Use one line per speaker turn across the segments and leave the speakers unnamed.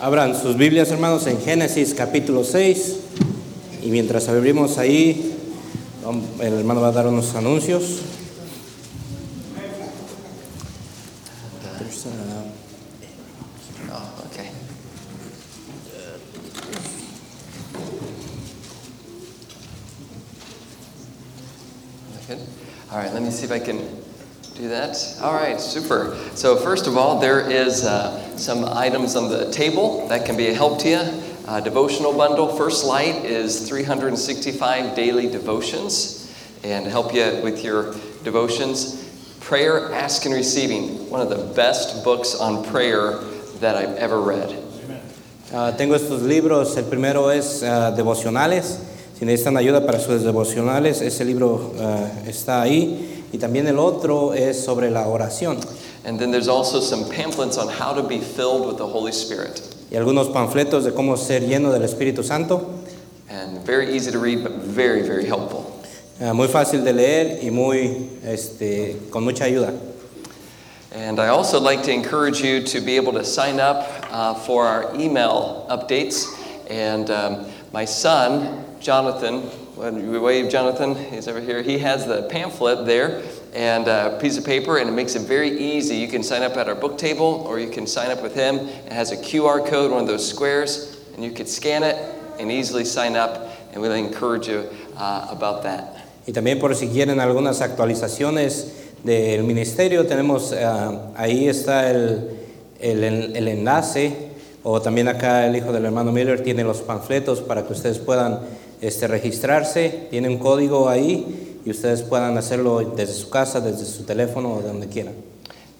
Abran sus Biblias, hermanos, en Génesis capítulo 6. Y mientras abrimos ahí, el hermano va a dar unos anuncios.
Oh, okay. Is that good? All right, let me see if I can do that. All right, super. So first of all, there is uh, some items on the table that can be a help to you. Uh, devotional bundle. First Light is 365 daily devotions and help you with your devotions. Prayer, Ask and Receiving, one of the best books on prayer that I've ever read.
Ah, tengo estos libros. El primero es ah, Devocionales. Si necesitan ayuda para sus devocionales, ese libro ah, está ahí. Y también el otro es sobre la oración.
And then there's also some pamphlets on how to be filled with the Holy Spirit.
Y algunos panfletos de cómo ser lleno del Espíritu Santo.
And very easy to read, but very, very helpful.
Ah, muy fácil de leer y muy, este, con mucha ayuda.
And I also like to encourage you to be able to sign up uh, for our email updates. And um, my son, Jonathan, when we wave Jonathan, he's over here, he has the pamphlet there and a piece of paper, and it makes it very easy. You can sign up at our book table or you can sign up with him. It has a QR code, one of those squares, and you could scan it and easily sign up. And we'll encourage you uh, about that.
Y también por si quieren algunas actualizaciones del ministerio, tenemos ah, ahí está el, el en- el enlace o también acá el hijo del hermano Miller tiene los panfletos para que ustedes puedan este, registrarse, tiene un código ahí y ustedes puedan hacerlo desde su casa, desde su teléfono o de donde quieran.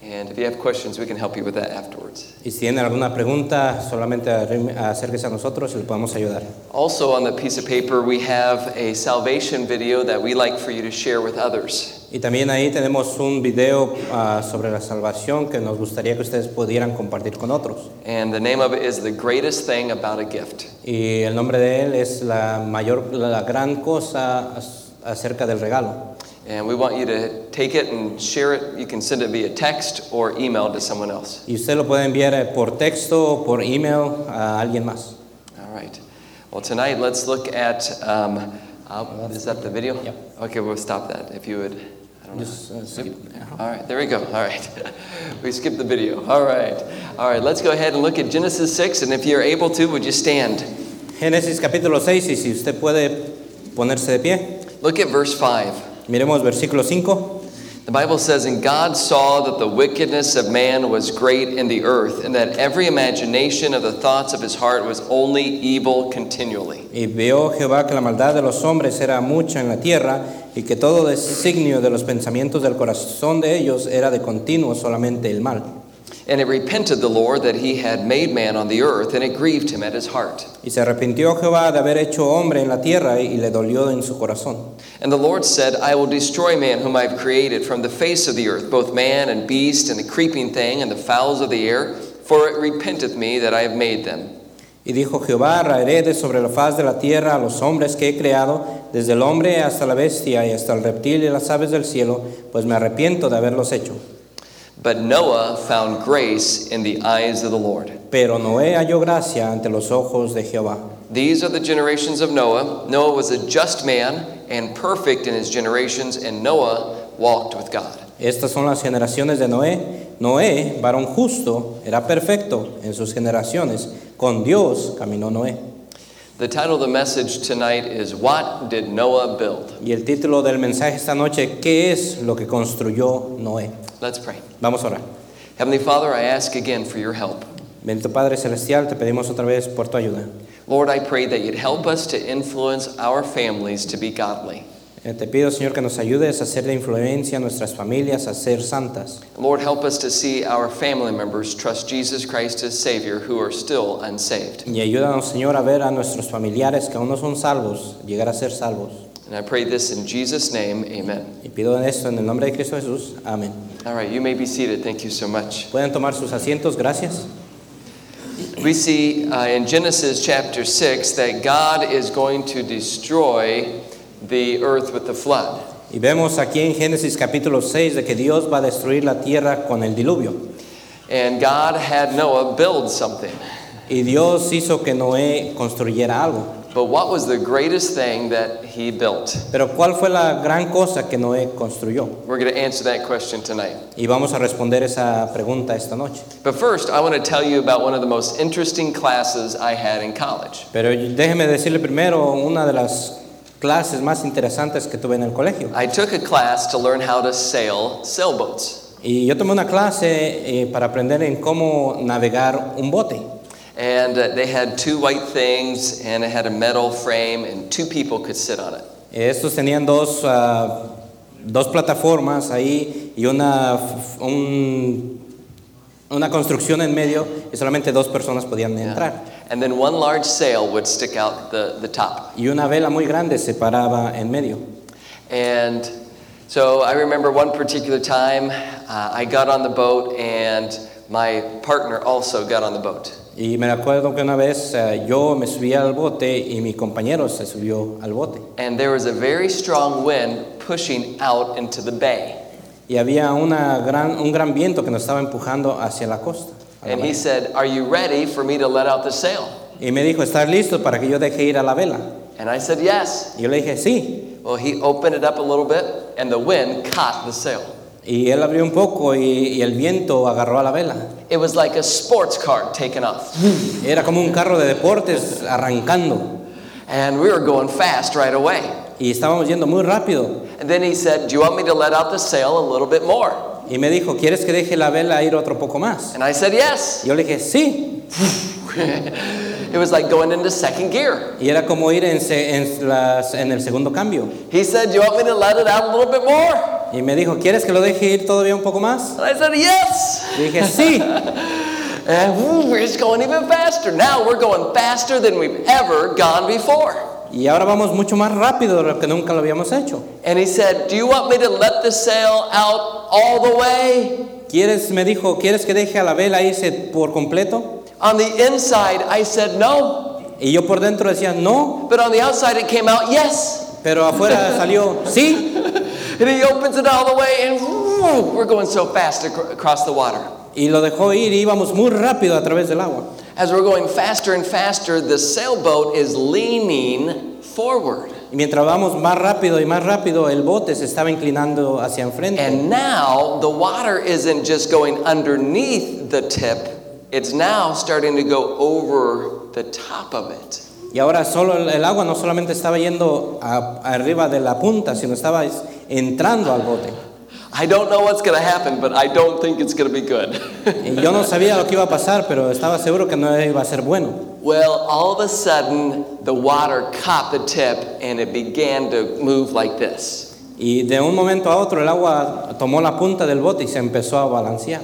And if you have questions, we can help you with that afterwards.
Y si tienen alguna pregunta, solamente arrim- acérquese a nosotros y le podemos ayudar.
Also, on the piece of paper, we have a salvation video that we like for you to share with others.
Y también ahí tenemos un video ah, sobre la salvación que nos gustaría que ustedes pudieran compartir con otros.
And the name of it is The Greatest Thing About a Gift.
Y el nombre de él es la mayor, la gran cosa as- acerca del regalo.
And we want you to take it and share it. You can send it via text or email to someone else.
Y usted lo puede enviar eh, por texto o por email a alguien más.
All right. Well, tonight, let's look at. Um, uh, is that the video?
Yep.
Okay, we'll stop that if you would. I don't know.
Just, uh, skip it.
All right, there we go. All right. we skipped the video. All right. All right, let's go ahead and look at Genesis 6. And if you're able to, would you stand?
Génesis capítulo 6, y si usted puede ponerse de pie,
Look at verse 5.
miremos versículo 5.
The Bible says, And God saw that the wickedness of man was great in the earth, and that every imagination of the thoughts of his heart was only evil continually.
Y vio Jehová que la maldad de los hombres era mucha en la tierra y que todo designio de los pensamientos del corazón de ellos era de continuo solamente el mal.
And it repented the Lord that he had made man on the earth, and it grieved him at his heart.
Y se arrepintió Jehová de haber hecho hombre en la tierra y le dolió en su corazón.
And the Lord said, I will destroy man whom I have created from the face of the earth, both man and beast, and the creeping thing, and the fowls of the air, for it repenteth me that I have made them.
Y dijo Jehová, raeré de sobre la faz de la tierra a los hombres que he creado, desde el hombre hasta la bestia y hasta el reptil y las aves del cielo, pues me arrepiento de haberlos hecho.
But Noah found grace in the eyes of the Lord.
Pero Noé halló gracia ante los ojos de Jehová.
These are the generations of Noah. Noah was a just man and perfect in his generations, and Noah walked with God.
Estas son las generaciones de Noé. Noé, varón justo, era perfecto en sus generaciones. Con Dios caminó Noé.
The title of the message tonight is What Did Noah Build?
Y el título del mensaje esta noche, ¿qué es lo que construyó Noé?
Let's pray.
Vamos a orar.
Heavenly Father, I ask again for your help.
Bendito Padre Celestial, te pedimos otra vez por tu ayuda.
Lord, I pray that you'd help us to influence our families to be godly.
Eh, Te pido, Señor, que nos ayudes a hacer la influencia a nuestras familias, a ser santas.
Lord, help us to see our family members trust Jesus Christ as Savior who are still unsaved.
Y ayúdanos, Señor, a ver a nuestros familiares que aún no son salvos, llegar a ser salvos.
And I pray this in Jesus' name, amen.
Y pido esto en el nombre de Cristo Jesús. Amén.
All right, you may be seated. Thank you so much.
Pueden tomar sus asientos, gracias.
We see uh, in Genesis chapter 6 that God is going to destroy the earth with the flood.
Y vemos aquí en Génesis capítulo 6 de que Dios va a destruir la tierra con el diluvio.
And God had Noah build something.
Y Dios hizo que Noé construyera algo.
But what was the greatest thing that he built?
Pero ¿cuál fue la gran cosa que Noé construyó?
We're going to answer that question tonight.
Y vamos a responder esa pregunta esta noche.
But first, I want to tell you about one of the most interesting classes I had in college.
Pero déjeme decirle primero una de las clases más interesantes que tuve en el colegio.
I took a class to learn how to sail sailboats.
Y yo tomé una clase eh, para aprender en cómo navegar un bote.
And uh, they had two white things, and it had a metal frame, and two people could sit on it.
Eh, Estos tenían dos, ah, dos plataformas ahí y una, f- un- una construcción en medio y solamente dos personas podían entrar.
And then one large sail would stick out the, the top.
Y una vela muy grande se paraba en medio.
And so I remember one particular time, uh, I got on the boat, and my partner also got on the boat.
Y me acuerdo que una vez eh, yo me subí al bote y mi compañero se subió al bote.
And there was a very strong wind pushing out into the bay.
Y había una gran, un gran viento que nos estaba empujando hacia la costa. a la
And
mar.
he said, Are you ready for me to let out the sail?
Y me dijo, ¿estás listo para que yo deje ir a la vela?
And I said, Yes.
Y yo le dije, sí.
Well, he opened it up a little bit, and the wind caught the sail.
Y él abrió un poco y, y el viento agarró a la vela.
It was like a sports car taking off.
Era como un carro de deportes arrancando.
And we were going fast right away.
Y estábamos yendo muy rápido.
And then he said, Do you want me to let out the sail a little bit more?
Y me dijo, ¿quieres que deje la vela ir otro poco más?
And I said, Yes.
Y yo le dije, sí.
it was like going into second gear.
Y era como ir en, se- en las- en el segundo cambio.
He said, Do you want me to let it out a little bit more?
Y me dijo, ¿quieres que lo deje ir todavía un poco más?
And I said, Yes.
Y dije, sí.
And woo, we're just going even faster. Now we're going faster than we've ever gone before.
Y ahora vamos mucho más rápido de lo que nunca lo habíamos hecho.
And he said, Do you want me to let the sail out all the way?
¿Quieres, me dijo, ¿quieres que deje a la vela irse por completo?
On the inside, I said no,
Y yo por dentro decía, no,
but on the outside, it came out yes.
pero afuera salió, sí.
And he opens it all the way, and woo, we're going so fast ac- across the water.
Y lo dejó ir y íbamos muy rápido a través del agua.
As we're going faster and faster, the sailboat is leaning forward.
Y mientras vamos más rápido y más rápido, el bote se estaba inclinando hacia enfrente.
And now the water isn't just going underneath the tip, it's now starting to go over the top of it.
Y ahora solo el, el agua no solamente estaba yendo a- arriba de la punta, sino estaba es- entrando al bote.
I don't know what's going to happen, but I don't think it's going to be good.
Y yo no sabía lo que iba a pasar, pero estaba seguro que no iba a ser bueno.
Well, all of a sudden, the water caught the tip and it began to move like this.
Y de un momento a otro el agua tomó la punta del bote y se empezó a balancear.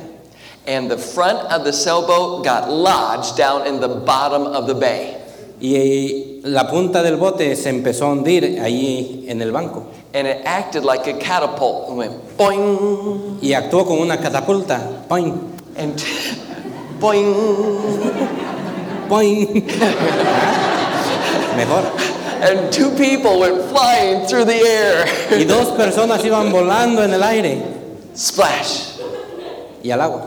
And the front of the sailboat got lodged down in the bottom of the bay.
Y, y la punta del bote se empezó a hundir allí en el banco.
And it acted like a catapult and went boing
Y actuó como una catapulta. Poing,
and boing.
poing. ¿Ah? Mejor.
And two people went flying through the air.
Y dos personas iban volando en el aire
Splash.
y al agua.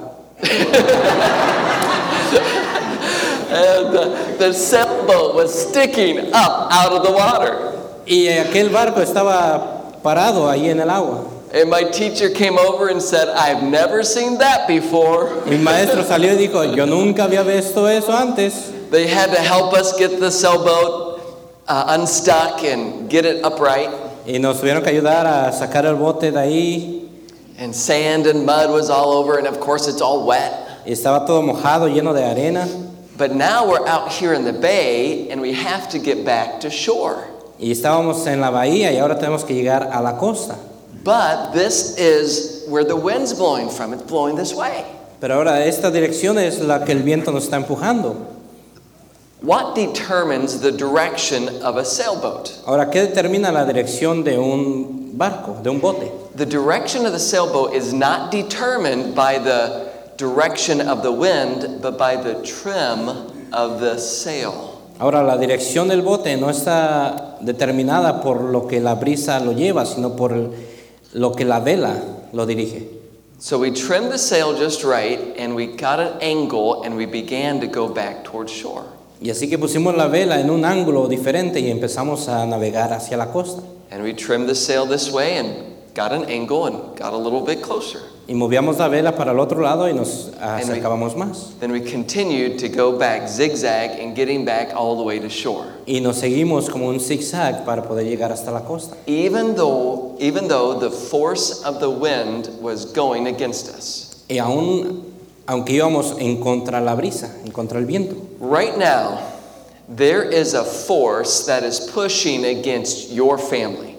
And the, the sailboat was sticking up out of the water.
Y aquel barco estaba parado ahí en el agua.
And my teacher came over and said, I've never seen that before.
Mi maestro salió y dijo, yo nunca había visto eso antes.
They had to help us get the sailboat uh, unstuck and get it upright.
Y nos tuvieron que ayudar a sacar el bote de ahí.
And sand and mud was all over, and of course, it's all wet.
Y estaba todo mojado, lleno de arena.
But now we're out here in the bay, and we have to get back to shore.
Y estábamos en la bahía y ahora tenemos que llegar a la costa.
But this is where the wind's blowing from. It's blowing this way.
Pero ahora esta dirección es la que el viento nos está empujando.
What determines the direction of a sailboat?
Ahora, ¿qué determina la dirección de un barco, de un bote?
The direction of the sailboat is not determined by the direction of the wind, but by the trim of the sail.
Ahora, la dirección del bote no está determinada por lo que la brisa lo lleva, sino por el- lo que la vela lo dirige.
So we trimmed the sail just right and we got an angle and we began to go back towards shore.
Y así que pusimos la vela en un ángulo diferente y empezamos a navegar hacia la costa.
And we trimmed the sail this way and got an angle and got a little bit closer.
Y movíamos la vela para el otro lado y nos acercábamos más.
Then we continued to go back zigzag and getting back all the way to shore.
Y nos seguimos como un zigzag para poder llegar hasta la costa.
Even though even though the force of the wind was going against us.
Y aún, aunque íbamos en contra la brisa, en contra el viento.
Right now, there is a force that is pushing against your family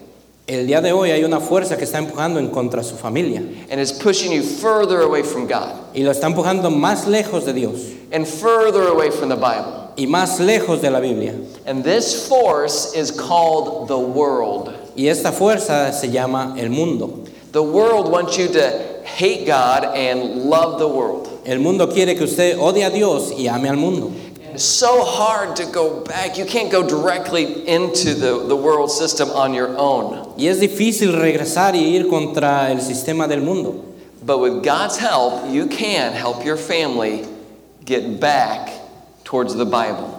El día de hoy hay una fuerza que está empujando en contra su familia.
and is pushing you further away from God
Y lo está empujando más lejos de Dios
and further away from the Bible.
y más lejos de la Biblia.
And this force is called the world.
Y esta fuerza se llama el mundo.
The world wants you to hate God and love the world.
El mundo quiere que usted odie a Dios y ame al mundo.
It's so hard to go back. You can't go directly into the, the world system on your own.
Y es difícil regresar y ir contra el sistema del mundo.
But with God's help, you can help your family get back towards the Bible.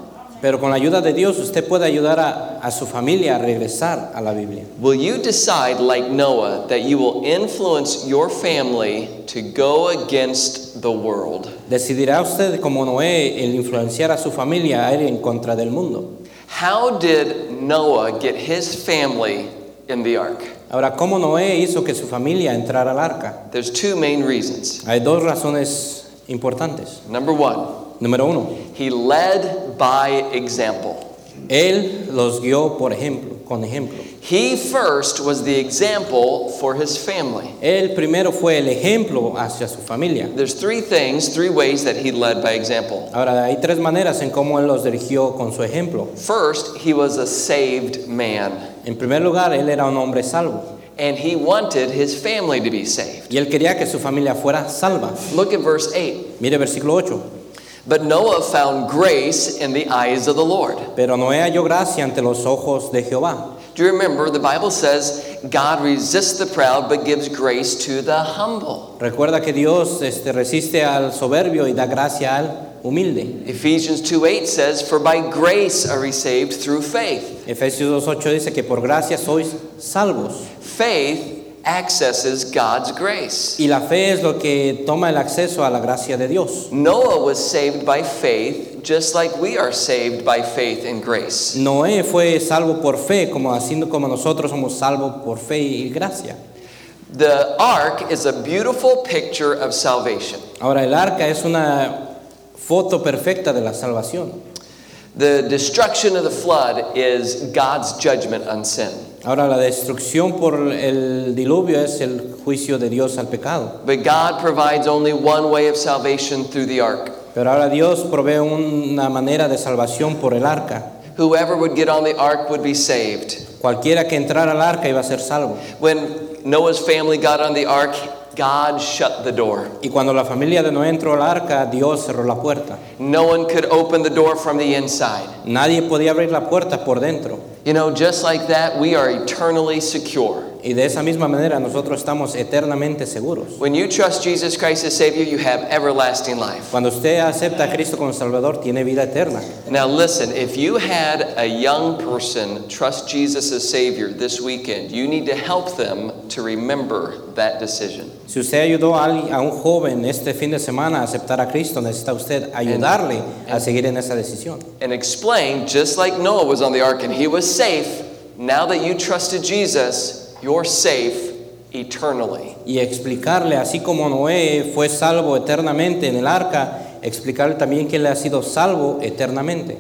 Pero con la ayuda de Dios usted puede ayudar a, a su familia a regresar a la Biblia.
Will you decide, like Noah, that you will influence your family to go against the world?
Decidirá usted como Noé el influenciar a su familia a ir en contra del mundo.
How did Noah get his family in the ark?
Ahora, ¿cómo Noé hizo que su familia entrara al arca?
There's two main reasons.
Hay dos razones importantes.
Number one,
Número uno,
he led by example.
Él los guió por ejemplo, con ejemplo.
He first was the example for his family.
Él primero fue el ejemplo hacia su familia.
There's three things, three ways that he led by example.
Ahora, hay tres maneras en cómo Él los dirigió con su ejemplo.
First, he was a saved man,
En primer lugar, Él era un hombre salvo
and he wanted his family to be saved.
y Él quería que su familia fuera salva.
Look at verse 8.
Mire versículo 8.
But Noah found grace in the eyes of the Lord.
Pero Noé halló gracia ante los ojos de Jehová.
Do you remember the Bible says God resists the proud but gives grace to the humble?
Recuerda que Dios este, resiste al soberbio y da gracia al humilde.
Ephesians 2:8 says, "For by grace are we saved through faith."
Efesios 2.8 dice que por gracia sois salvos.
Faith accesses God's grace.
Y la fe es lo que toma el acceso a la gracia de Dios.
Noah was saved by faith, just like we are saved by faith and grace.
Noé fue salvo por fe, como haciendo como nosotros somos salvos por fe y gracia.
The ark is a beautiful picture of salvation.
Ahora el arca es una foto perfecta de la salvación.
The destruction of the flood is God's judgment on sin.
Ahora la destrucción por el diluvio es el juicio de Dios al pecado.
But God provides only one way of salvation through the ark.
Pero ahora Dios provee una manera de salvación por el arca.
Whoever would get on the ark would be saved.
Cualquiera que entrara al arca iba a ser salvo.
When Noah's family got on the ark, God shut the door.
Y cuando la familia de Noé entró al arca, Dios cerró la puerta.
No one could open the door from the inside.
Nadie podía abrir la puerta por dentro.
You know, just like that, we are eternally secure.
Y de esa misma manera nosotros estamos eternamente seguros.
When you trust Jesus Christ as Savior, you have everlasting life.
Cuando usted acepta a Cristo como Salvador, tiene vida eterna.
Now, listen, if you had a young person trust Jesus as Savior this weekend, you need to help them to remember that decision.
Si usted ayudó a, alguien- a un joven este fin de semana a aceptar a Cristo, necesita usted ayudarle a seguir en esa decisión.
and explain just like Noah was on the ark and he was safe. Now that you trusted Jesus, you're safe eternally.
Y explicarle, así como Noé fue salvo eternamente en el arca, explicarle también que él ha sido salvo eternamente.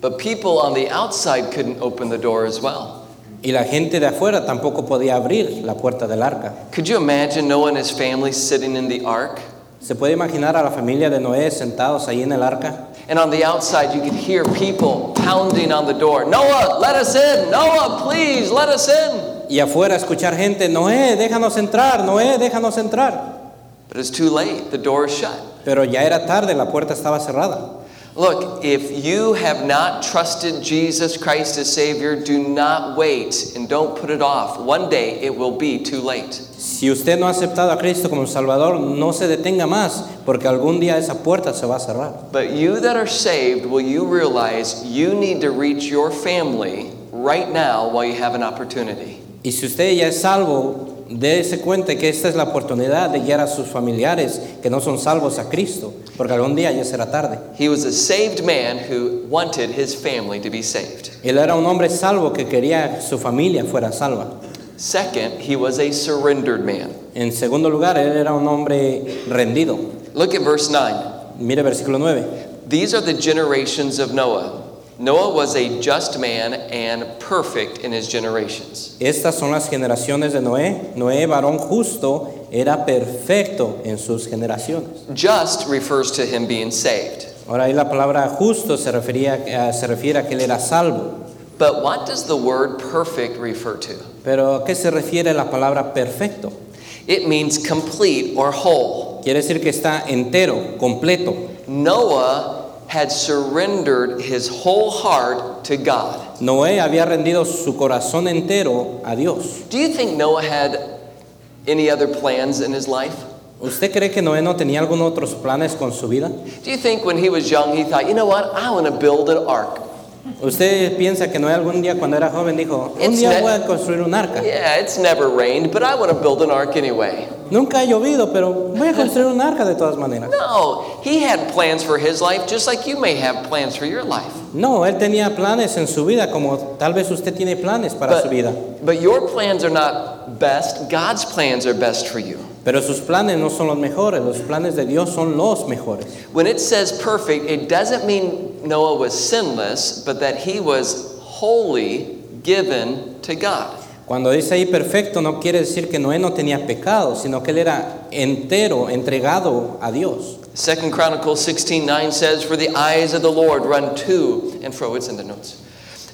But people on the outside couldn't open the door as well.
Y la gente de afuera tampoco podía abrir la puerta del arca.
Could you imagine Noah and his family sitting in the ark?
¿Se puede imaginar a la familia de Noé sentados ahí en el arca?
And on the outside, you could hear people pounding on the door Noah, let us in! Noah, please, let us in!
Y afuera escuchar gente, Noé, déjanos entrar, Noé, déjanos entrar.
But it's too late, the door is shut.
Pero ya era tarde, la puerta estaba cerrada.
Look, if you have not trusted Jesus Christ as Savior, do not wait and don't put it off. One day it will be too late.
Si usted no ha aceptado a Cristo como Salvador, no se detenga más, porque algún día esa puerta se va a cerrar.
But you that are saved, will you realize you need to reach your family right now while you have an opportunity?
Y si usted ya es salvo, dése cuenta que esta es la oportunidad de guiar a sus familiares que no son salvos a Cristo, porque algún día ya será tarde.
He was a saved man who wanted his family to be saved.
Él era un hombre salvo que quería que su familia fuera salva.
Second, he was a surrendered man.
En segundo lugar, él era un hombre rendido.
Look at verse 9.
Mire versículo 9.
These are the generations of Noah. Noah was a just man and perfect in his generations.
Estas son las generaciones de Noé. Noé, varón justo, era perfecto en sus generaciones.
Just refers to him being saved.
Ahora ahí la palabra justo se, refería, eh, se refiere a que él era salvo.
But what does the word perfect refer to?
Pero ¿a qué se refiere la palabra perfecto?
It means complete or whole.
Quiere decir que está entero, completo.
Noah had surrendered his whole heart to God.
Noé había rendido su corazón entero a Dios.
Do you think Noah had any other plans in his life?
¿Usted cree que Noé no tenía algunos otros planes con su vida?
Do you think when he was young he thought, you know what, I want to build an ark?
¿Usted piensa que Noé algún día cuando era joven dijo, un
It's
día
not-
voy a construir un arca?
Yeah, it's never rained, but I want to build an ark anyway.
Nunca ha llovido, pero voy a construir un arca de todas maneras.
No, he had plans for his life just like you may have plans for your life.
No, él tenía planes en su vida, como tal vez usted tiene planes para su vida.
But, but your plans are not best, God's plans are best for you.
Pero sus planes no son los mejores, los planes de Dios son los mejores.
When it says perfect, it doesn't mean Noah was sinless, but that he was wholly given to God.
Cuando dice ahí perfecto, no quiere decir que Noé no tenía pecado, sino que él era entero, entregado a Dios.
Second Chronicles 16 9 says, For the eyes of the Lord run to and fro, it's in the notes,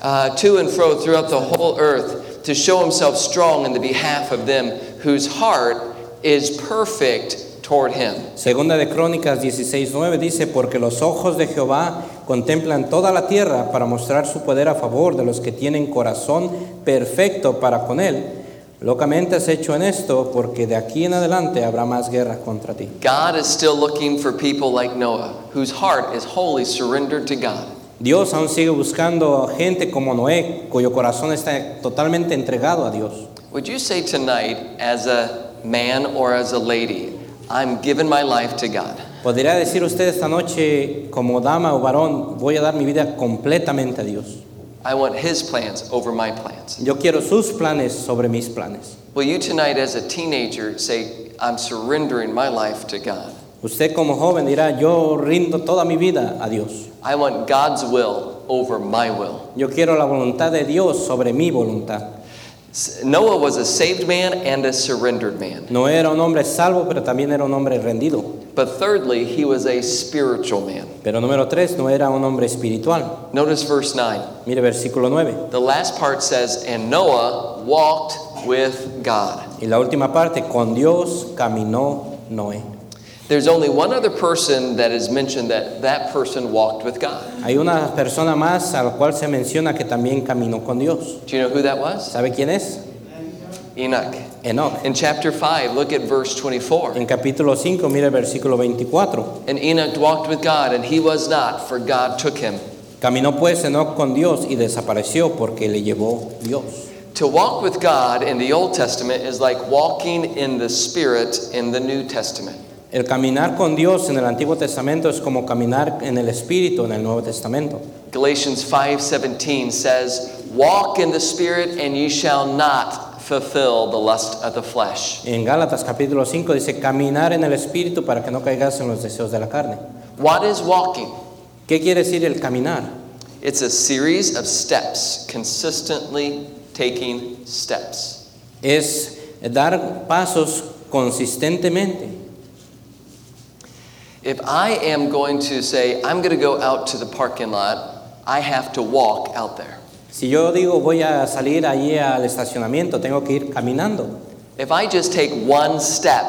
uh, to and fro throughout the whole earth to show himself strong in the behalf of them whose heart is perfect toward him.
Segunda de Crónicas 16:9 dice, porque los ojos de Jehová contemplan toda la tierra para mostrar su poder a favor de los que tienen corazón perfecto para con él. Locamente has hecho en esto, porque de aquí en adelante habrá más guerras contra ti.
God is still looking for people like Noah, whose heart is wholly surrendered to God.
Dios aún sigue buscando gente como Noé, cuyo corazón está totalmente entregado a Dios.
Would you say tonight, as a man or as a lady, I'm giving my life to God?
¿Podría decir usted esta noche, como dama o varón, voy a dar mi vida completamente a Dios?
I want His plans over my plans.
Yo quiero sus planes sobre mis planes.
Will you tonight, as a teenager, say, I'm surrendering my life to God?
Usted como joven dirá, yo rindo toda mi vida a Dios.
I want God's will over my will.
Yo quiero la voluntad de Dios sobre mi voluntad.
S- Noah was a saved man and a surrendered man.
No era un hombre salvo, pero también era un hombre rendido.
But thirdly, he was a spiritual man.
Pero número tres, no era un hombre espiritual.
Notice verse 9.
Mire versículo 9.
The last part says, And Noah walked with God.
Y la última parte, con Dios caminó Noé.
There's only one other person that is mentioned that that person walked with God.
Hay una persona más al cual se menciona que también caminó con Dios.
Do you know who that was?
¿Sabe quién es?
Enoch.
Enoch.
In chapter 5, look at verse 24.
En capítulo 5, mire el versículo 24.
And Enoch walked with God, and he was not, for God took him.
Caminó pues Enoch con Dios y desapareció porque le llevó Dios.
To walk with God in the Old Testament is like walking in the Spirit in the New Testament.
El caminar con Dios en el Antiguo Testamento es como caminar en el Espíritu en el Nuevo Testamento.
Galatians 5:17 says, "Walk in the Spirit, and ye shall not fulfill the lust of the flesh."
En Gálatas capítulo 5 dice caminar en el Espíritu para que no caigas en los deseos de la carne.
What is walking?
¿Qué quiere decir el caminar?
It's a series of steps, consistently taking steps.
Es dar pasos consistentemente.
If I am going to say, I'm going to go out to the parking lot, I have to walk out there.
Si yo digo voy a salir allí al estacionamiento, tengo que ir caminando.
If I just take one step,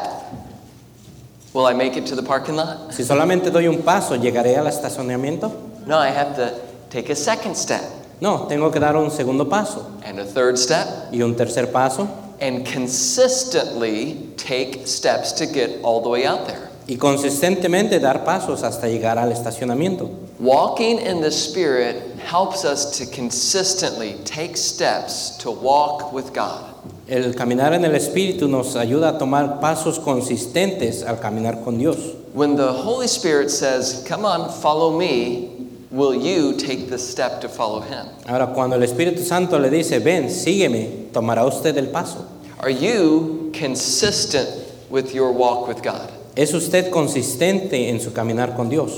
will I make it to the parking lot?
Si solamente doy un paso, ¿llegaré al estacionamiento?
No, I have to take a second step
No, tengo que dar un segundo paso
and a third step
y un tercer paso
and consistently take steps to get all the way out there.
y consistentemente dar pasos hasta llegar al estacionamiento.
Walking in the Spirit helps us to consistently take steps to walk with God.
El caminar en el Espíritu nos ayuda a tomar pasos consistentes al caminar con Dios.
When the Holy Spirit says, Come on, follow me, will you take the step to follow Him?
Ahora, cuando el Espíritu Santo le dice, ven, sígueme, tomará usted el paso.
Are you consistent with your walk with God?
¿Es usted consistente en su caminar con Dios?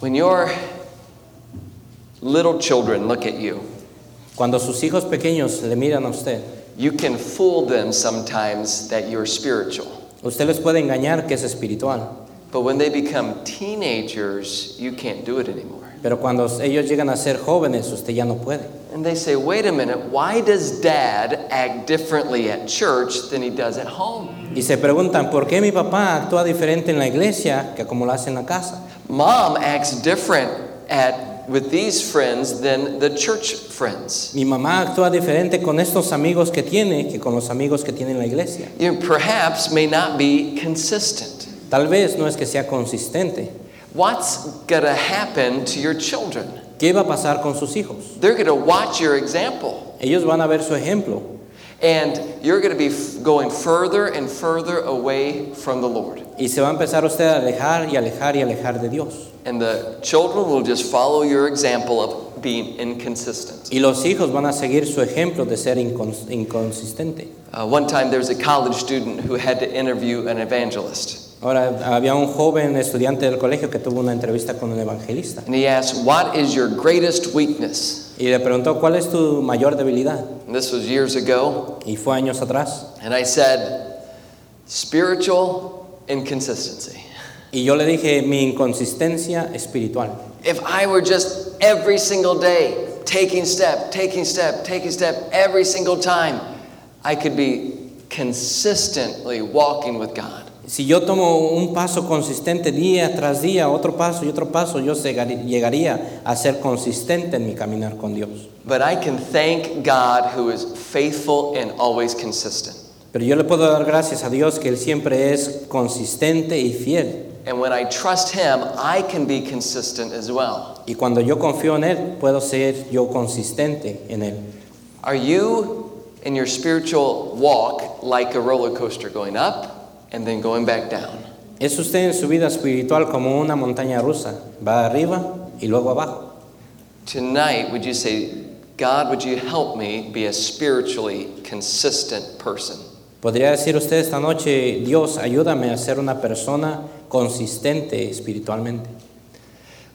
When your little children look at you,
Cuando sus hijos pequeños le miran a usted,
you can fool them sometimes that you're spiritual.
usted les puede engañar que es espiritual,
But when they become teenagers, you can't do it anymore.
pero cuando ellos llegan a ser jóvenes, usted ya no puede.
And they say, wait a minute, why does dad act differently at church than he does at home?
Y se preguntan, ¿por qué mi papá actúa diferente en la iglesia que como lo hace en la casa?
Mom acts different at with these friends than the church friends.
Mi mamá actúa diferente con estos amigos que tiene que con los amigos que tiene en la iglesia.
You perhaps may not be consistent.
Tal vez no es que sea consistente.
What's going to happen to your children?
¿Qué va a pasar con sus hijos?
They're going to watch your example
Ellos van a ver su ejemplo
and you're going to be f- going further and further away from the Lord.
y se va a empezar usted a alejar y alejar y alejar de Dios.
And the children will just follow your example of being inconsistent.
Y los hijos van a seguir su ejemplo de ser incons- inconsistente.
Uh, one time there was a college student who had to interview an evangelist.
Ahora, había un joven estudiante del colegio que tuvo una entrevista con un evangelista
And he asked, What is your greatest weakness?
y le preguntó, ¿cuál es tu mayor debilidad?
And this was years ago.
Y fue años atrás.
And I said, Spiritual inconsistency.
Y yo le dije, mi inconsistencia espiritual.
If I were just every single day taking step, taking step, taking step every single time, I could be consistently walking with God.
Si yo tomo un paso consistente día tras día, otro paso y otro paso, yo llegar- llegaría a ser consistente en mi caminar con Dios.
But I can thank God who is faithful and always consistent.
Pero yo le puedo dar gracias a Dios que Él siempre es consistente y fiel.
And when I trust Him, I can be consistent as well.
Y cuando yo confío en Él, puedo ser yo consistente en Él.
Are you in your spiritual walk like a roller coaster going up and then going back down?
Es usted en su vida espiritual como una montaña rusa. Va arriba y luego abajo.
Tonight, would you say, God, would you help me be a spiritually consistent person?
Podría decir usted esta noche, Dios, ayúdame a ser una persona consistente espiritualmente.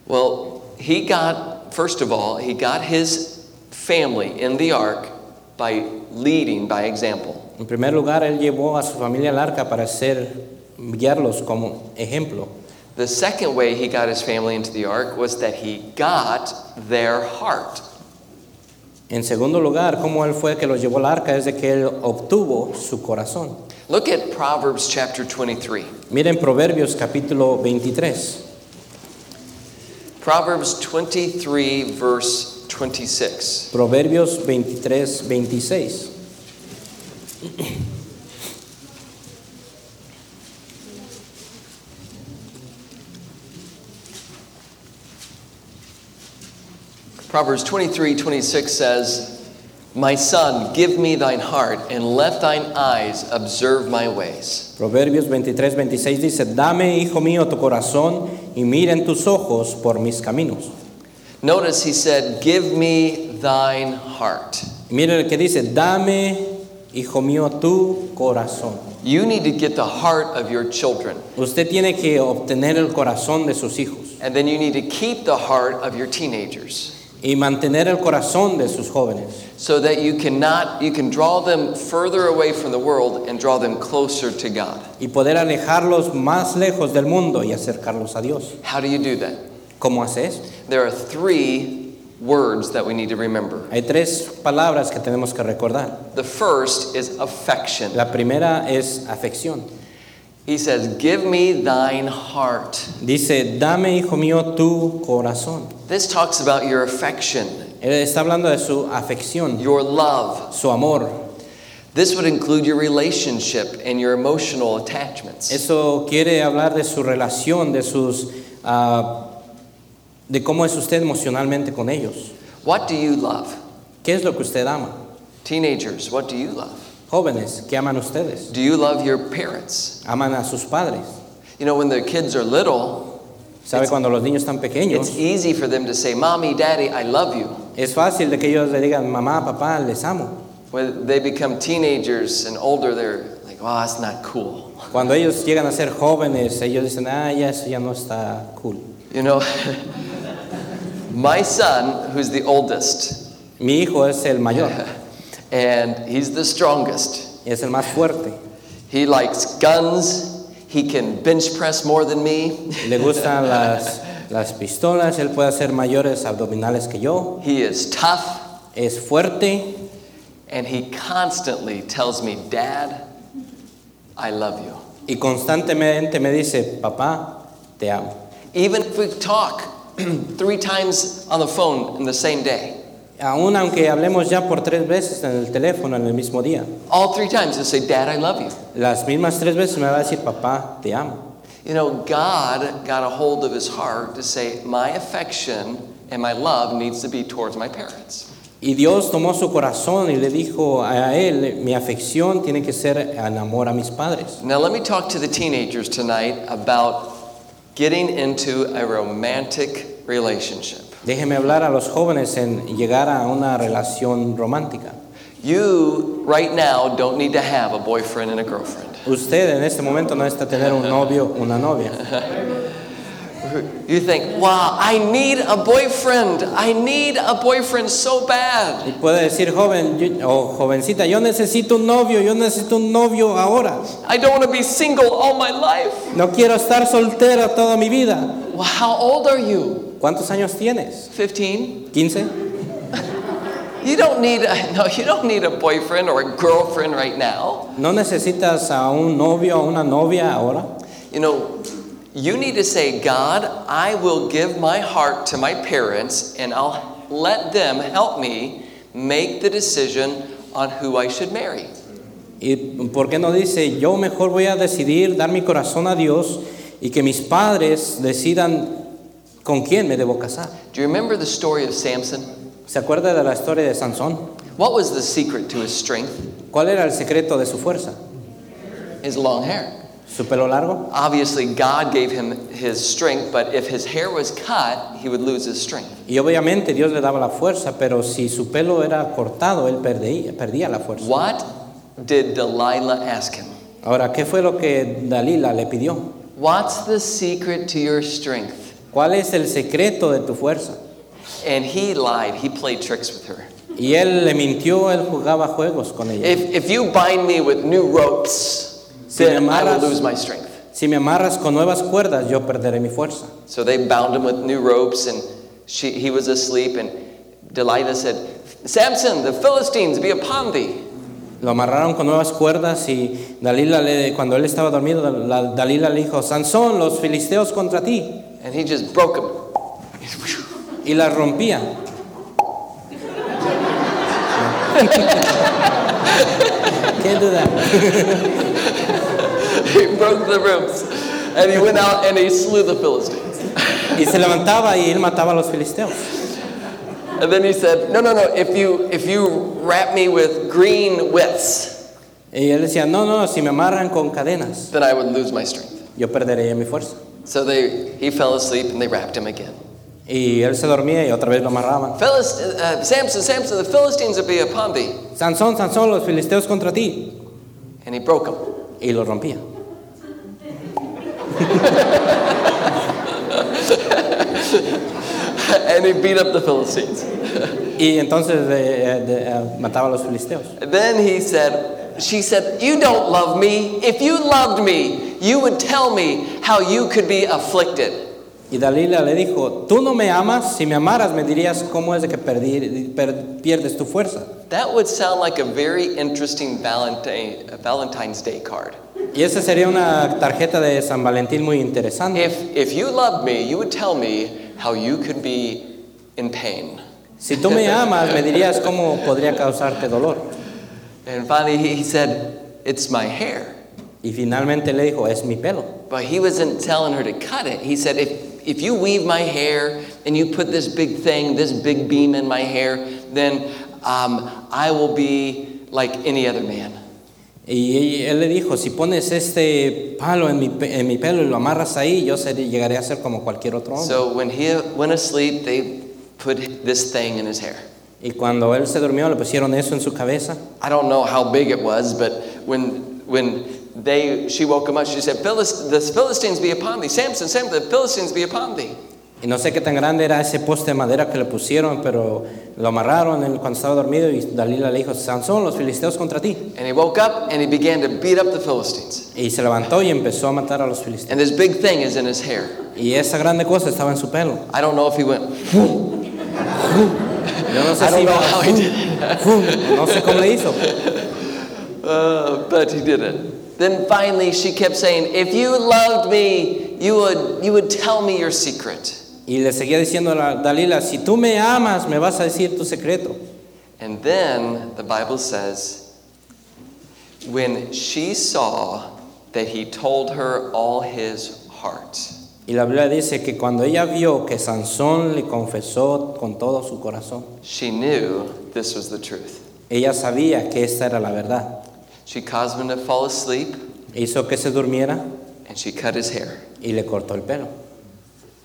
Well, he got, first of all, he got his family in the ark by leading by example.
En primer lugar, él llevó a su familia al arca para ser guiarlos como ejemplo.
The second way he got his family into the ark was that he got their heart.
En segundo lugar, cómo él fue que los llevó al arca es de que él obtuvo su corazón.
Look at Proverbs chapter 23.
Miren Proverbios capítulo 23.
Proverbs 23, verse 26.
Proverbios 23, 26.
Proverbs 23, 26 says, My son, give me thine heart, and let thine eyes observe my ways.
Proverbios 23, 26 dice, dame, hijo mío, tu corazón y miren tus ojos por mis caminos.
Notice he said, Give me thine heart.
Miren el que dice, dame, hijo mío, tu corazón.
You need to get the heart of your children,
Usted tiene que obtener el corazón de sus hijos.
and then you need to keep the heart of your teenagers
y mantener el corazón de sus jóvenes
so that you cannot you can draw them further away from the world and draw them closer to God.
y poder alejarlos más lejos del mundo y acercarlos a Dios.
How do you do that?
¿Cómo hace eso?
There are three words that we need to remember.
Hay tres palabras que tenemos que recordar.
The first is affection.
La primera es afección.
He says, Give me thine heart.
Dice, dame, hijo mío, tu corazón.
This talks about your affection,
Él está hablando de su afección,
your love.
su amor.
This would include your relationship and your emotional attachments.
Eso quiere hablar de su relación, de sus, ah, de cómo es usted emocionalmente con ellos.
What do you love?
¿Qué es lo que usted ama?
Teenagers, what do you love?
Jóvenes, ¿qué aman ustedes?
Do you love your parents?
Aman a sus padres.
You know, when the kids are little,
¿Sabe cuando los niños están
it's
pequeños?
easy for them to say, Mommy, Daddy, I love you.
Es fácil de que ellos le digan, mamá, papá, les amo.
When they become teenagers and older, they're like, Oh, that's not cool.
Cuando ellos llegan a ser jóvenes, ellos dicen, ah, ya eso ya no está cool.
You know, my son, who's the oldest,
Mi hijo es el mayor,
and he's the strongest.
es el más fuerte.
He likes guns. He can bench press more than me.
Le gustan las, las pistolas, él puede hacer mayores abdominales que yo.
He is tough,
Es fuerte,
and he constantly tells me, Dad, I love you.
Y constantemente me dice, papá, te amo.
Even if we talk three times on the phone in the same day,
Aún aunque hablemos ya por tres veces en el teléfono en el mismo día,
all three times he'll say, Dad, I love you.
las mismas tres veces me va a decir, papá, te amo.
You know, God got a hold of his heart to say, My affection and my love needs to be towards my parents.
Y Dios tomó su corazón y le dijo a él, mi afección tiene que ser en amor a mis padres.
Now, let me talk to the teenagers tonight about getting into a romantic relationship.
Déjeme hablar a los jóvenes en llegar a una relación romántica.
You, right now, don't need to have a boyfriend and a girlfriend.
Usted en este momento no necesita tener un novio, una novia.
You think, wow, I need a boyfriend. I need a boyfriend so bad.
Y puede decir, joven yo- o jovencita, yo necesito un novio, yo necesito un novio ahora.
I don't want to be single all my life.
No quiero estar soltera toda mi vida.
Well, how old are you?
¿Cuántos años tienes?
15?
¿15?
You don't need a, no, you don't need a boyfriend or a girlfriend right now.
¿No necesitas a un novio o una novia ahora?
You know, you need to say, God, I will give my heart to my parents and I'll let them help me make the decision on who I should marry.
¿Y por qué no dice, yo mejor voy a decidir dar mi corazón a Dios y que mis padres decidan con quién me debo casar?
Do you remember the story of Samson?
¿Se acuerda de la historia de Sansón?
What was the secret to his strength?
¿Cuál era el secreto de su fuerza?
His long hair.
¿Su pelo largo?
Obviously, God gave him his strength, but if his hair was cut, he would lose his strength.
Y obviamente Dios le daba la fuerza, pero si su pelo era cortado, él perdía, perdía la fuerza.
What did Delilah ask him?
Ahora, ¿qué fue lo que Dalila le pidió?
What's the secret to your strength?
¿Cuál es el secreto de tu fuerza?
And he lied. He played tricks with her.
Y él le mintió, él jugaba juegos con ella.
If, if you bind me with new ropes,
Si me
then I
amarras-
will lose my strength.
Si me amarras con nuevas cuerdas, yo perderé mi fuerza.
So they bound him with new ropes, and she, he was asleep. And Delilah said, Samson, the Philistines be upon thee.
Lo amarraron con nuevas cuerdas y Dalila, le, cuando él estaba dormido, la- Dalila le dijo, Sansón, los filisteos contra ti.
And he just broke him.
Y las rompía. ¿Qué duda?
he broke the ropes. And he went out and he slew the Philistines.
Y se levantaba y él mataba a los filisteos.
And then he said, No, no, no, if you if you wrap me with green wits,
Y él decía, no, no, si me amarran con cadenas,
then I would lose my strength.
yo perderé mi fuerza.
So they he fell asleep and they wrapped him again.
Y él se dormía y otra vez lo amarraban.
Philist, uh, Samson, Samson, the Philistines will be upon thee.
Sansón, Sansón, los filisteos contra ti.
And he broke him.
Y lo rompía.
and he beat up the Philistines.
Y entonces eh, eh, de- eh, mataba a los filisteos.
And then he said, She said, You don't love me. If you loved me, you would tell me how you could be afflicted.
Y Dalila le dijo, tú no me amas, si me amaras me dirías cómo es de que perdí- per- pierdes tu fuerza.
That would sound like a very interesting Valentine, Valentine's Day card.
Y esa sería una tarjeta de San Valentín muy interesante.
If, if you loved me, you would tell me how you could be in pain.
Si tú me amas, me dirías cómo podría causarte dolor.
And finally, he, he said, It's my hair.
Y finalmente le dijo, es mi pelo.
But he wasn't telling her to cut it. He said, if, if you weave my hair and you put this big thing, this big beam in my hair, then um, I will be like any other man.
Y él le dijo, si pones este palo en mi, pe- en mi pelo y lo amarras ahí, yo seré- llegaré a ser como cualquier otro hombre.
So when he went asleep, they put this thing in his hair.
y cuando él se durmió, le pusieron eso en su cabeza.
I don't know how big it was, but when, when they, she woke him up, she said, Philist, The Philistines be upon thee. Samson, Samson, the Philistines be upon thee.
Y no sé qué tan grande era ese poste de madera que le pusieron, pero lo amarraron él cuando estaba dormido y Dalila le dijo, Sansón, los filisteos contra ti.
And he woke up and he began to beat up the Philistines.
Y se levantó y empezó a matar a los filisteos.
And this big thing is in his hair.
Y esa grande cosa estaba en su pelo.
I don't know if he went,
Yo no sé
I
si
don't know
iba-
how he did it,
¡fum! no sé cómo le hizo.
uh, but he did it. Then finally, she kept saying, "If you loved me, you would you would tell me your secret."
Y le seguía diciendo a la- Dalila, si tú me amas, me vas a decir tu secreto.
And then the Bible says, when she saw that he told her all his heart,
Y la Biblia dice que cuando ella vio que Sansón le confesó con todo su corazón,
she knew this was the truth.
ella sabía que esta era la verdad.
She caused him to fall asleep,
Hizo que se durmiera
and she cut his hair.
y le cortó el pelo.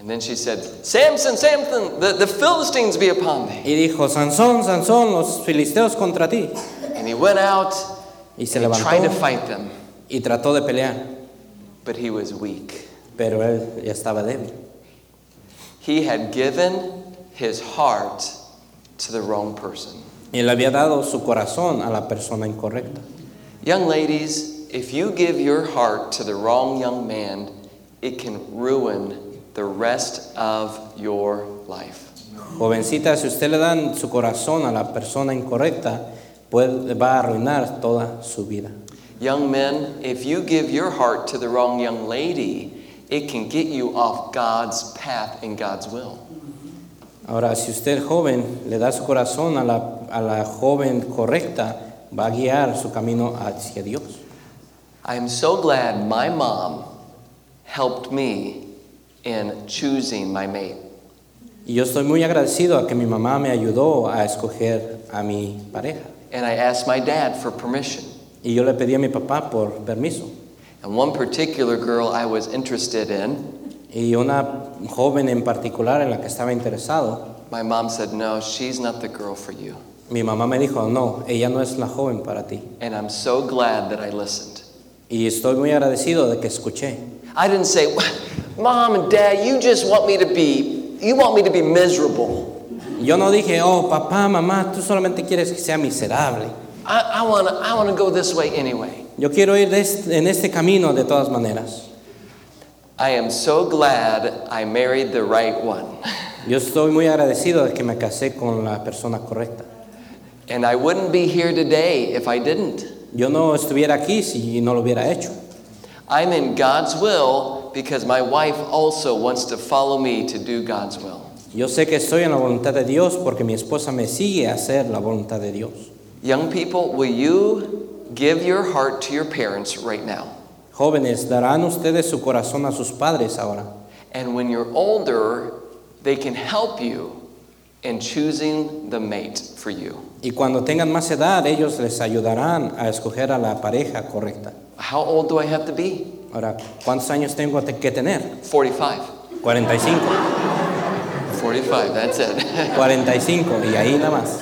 And then she said, "Samson, Samson, the, the Philistines be upon thee."
Y dijo, Sansón, Sansón, los filisteos contra ti.
And he went out
Y se
and he tried to
levantó
fight them.
y trató de pelear,
But he was weak.
pero él ya estaba débil.
He had given his heart to the wrong person.
Y le había dado su corazón a la persona incorrecta.
Young ladies, if you give your heart to the wrong young man, it can ruin the rest of your life.
Jovencita, si usted le dan su corazón a la persona incorrecta, puede- va a arruinar toda su vida.
Young men, if you give your heart to the wrong young lady, it can get you off God's path and God's will.
Ahora, si usted joven le da su corazón a la, a la joven correcta, va a guiar su camino hacia Dios.
I am so glad my mom helped me in choosing my mate.
Y yo estoy muy agradecido a que mi mamá me ayudó a escoger a mi pareja.
And I asked my dad for permission.
Y yo le pedí a mi papá por permiso.
And one particular girl I was interested in,
Y una joven en particular en la que estaba interesado,
my mom said, No, she's not the girl for you.
mi mamá me dijo, no, ella no es la joven para ti.
And I'm so glad that I listened.
Y estoy muy agradecido de que escuché.
I didn't say, Mom and Dad, you just want me to be, you want me to be miserable.
Yo no dije, oh, papá, mamá, tú solamente quieres que sea miserable.
I, I want to I wanna go this way anyway.
Yo quiero ir de este- en este camino de todas maneras.
I am so glad I married the right one.
Yo estoy muy agradecido de que me casé con la persona correcta.
And I wouldn't be here today if I didn't.
Yo no estuviera aquí si no lo hubiera hecho.
I'm in God's will because my wife also wants to follow me to do God's will.
Yo sé que estoy en la voluntad de Dios porque mi esposa me sigue a hacer la voluntad de Dios.
Young people, will you give your heart to your parents right now?
Jóvenes, darán ustedes su corazón a sus padres ahora.
And when you're older, they can help you in choosing the mate for you.
Y cuando tengan más edad, ellos les ayudarán a escoger a la pareja correcta.
How old do I have to be?
Ahora, ¿cuántos años tengo te- que tener?
45.
45.
45, that's it.
45 y ahí nada más.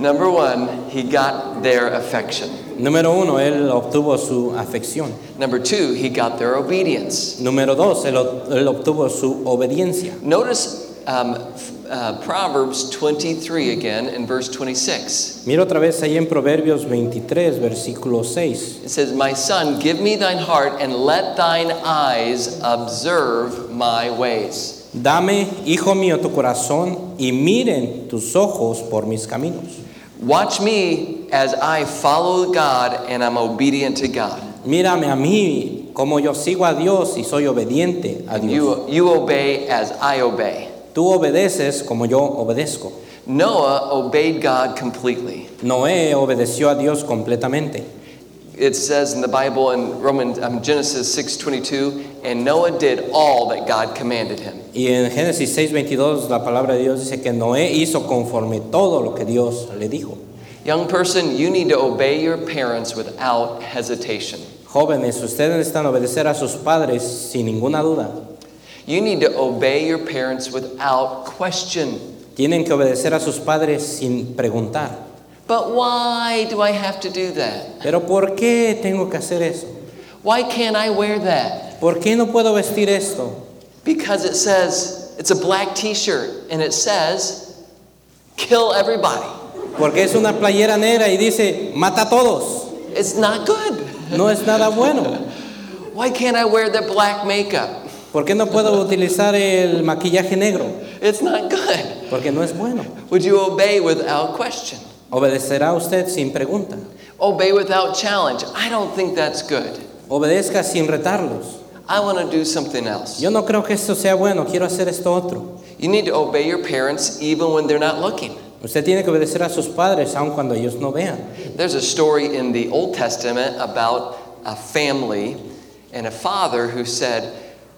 Number one, he got their affection.
Número uno, él obtuvo su afección.
Number two, he got their obedience.
Número dos, él, ob- él obtuvo su obediencia.
Notice um, f- uh, Proverbs 23 again in verse 26.
Mira otra vez ahí en Proverbios 23, versículo 6.
It says, My son, give me thine heart and let thine eyes observe my ways.
Dame, hijo mío, tu corazón y miren tus ojos por mis caminos.
Watch me as I follow God and I'm obedient to God.
Mírame a mí, como yo sigo a Dios y soy obediente a
And
Dios.
you, you obey as I obey.
Tú obedeces como yo obedezco.
Noah obeyed God completely.
Noé obedeció a Dios completamente.
It says in the Bible in Romans, um, Genesis 6:22, and Noah did all that God commanded him.
Y en Génesis 6:22 la palabra de Dios dice que Noé hizo conforme todo lo que Dios le dijo.
Young person, you need to obey your parents without hesitation.
Jóvenes, ustedes necesitan obedecer a sus padres sin ninguna duda.
You need to obey your parents without question.
Tienen que obedecer a sus padres sin preguntar.
But why do I have to do that?
Pero ¿por qué tengo que hacer eso?
Why can't I wear that?
¿Por qué no puedo vestir esto?
Because it says it's a black t-shirt and it says kill everybody.
Porque es una playera negra y dice, mata a todos.
It's not good.
No es nada bueno.
Why can't I wear the black makeup?
¿Por qué no puedo utilizar el maquillaje negro?
It's not good.
Porque no es bueno.
Would you obey without question?
Obedecerá usted sin pregunta.
Obey without challenge. I don't think that's good.
Obedezca sin retarlos.
I want to do something else.
Yo no creo que esto sea bueno, quiero hacer esto otro.
You need to obey your parents even when they're not looking.
Usted tiene que obedecer a sus padres aun cuando ellos no vean.
There's a story in the Old Testament about a family and a father who said,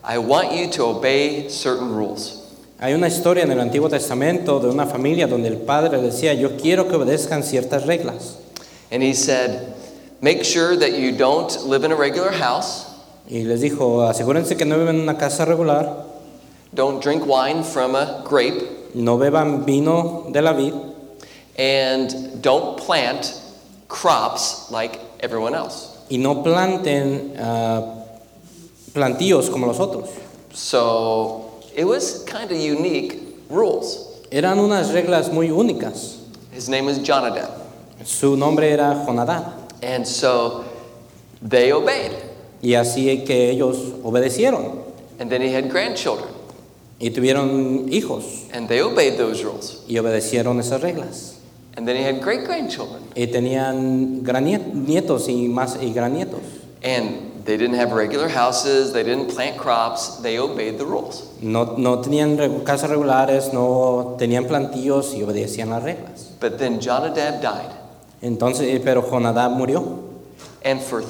I want you to obey certain rules.
Hay una historia en el Antiguo Testamento de una familia donde el padre decía, yo quiero que obedezcan ciertas reglas.
And he said, Make sure that you don't live in a regular house,
Y les dijo, asegúrense que no viven en una casa regular,
don't drink wine from a grape,
no beban vino de la vid
and don't plant crops like everyone else.
y no planten ah, plantíos como los otros.
So it was kind of unique rules.
Eran unas reglas muy únicas.
His name was Jonadab.
Su nombre era Jonadab
And so they obeyed.
y así que ellos obedecieron
And then he had grandchildren,
y tuvieron hijos.
and they obeyed those rules.
y obedecieron esas reglas.
And then he had great grandchildren,
Y tenían gran nie- nietos y más y gran nietos.
and they didn't have regular houses, they didn't plant crops, they obeyed the rules.
No, no tenían re- casas regulares, no tenían plantillos y obedecían las reglas.
But then Jonadab died,
Entonces, eh, pero Jonadab murió
and for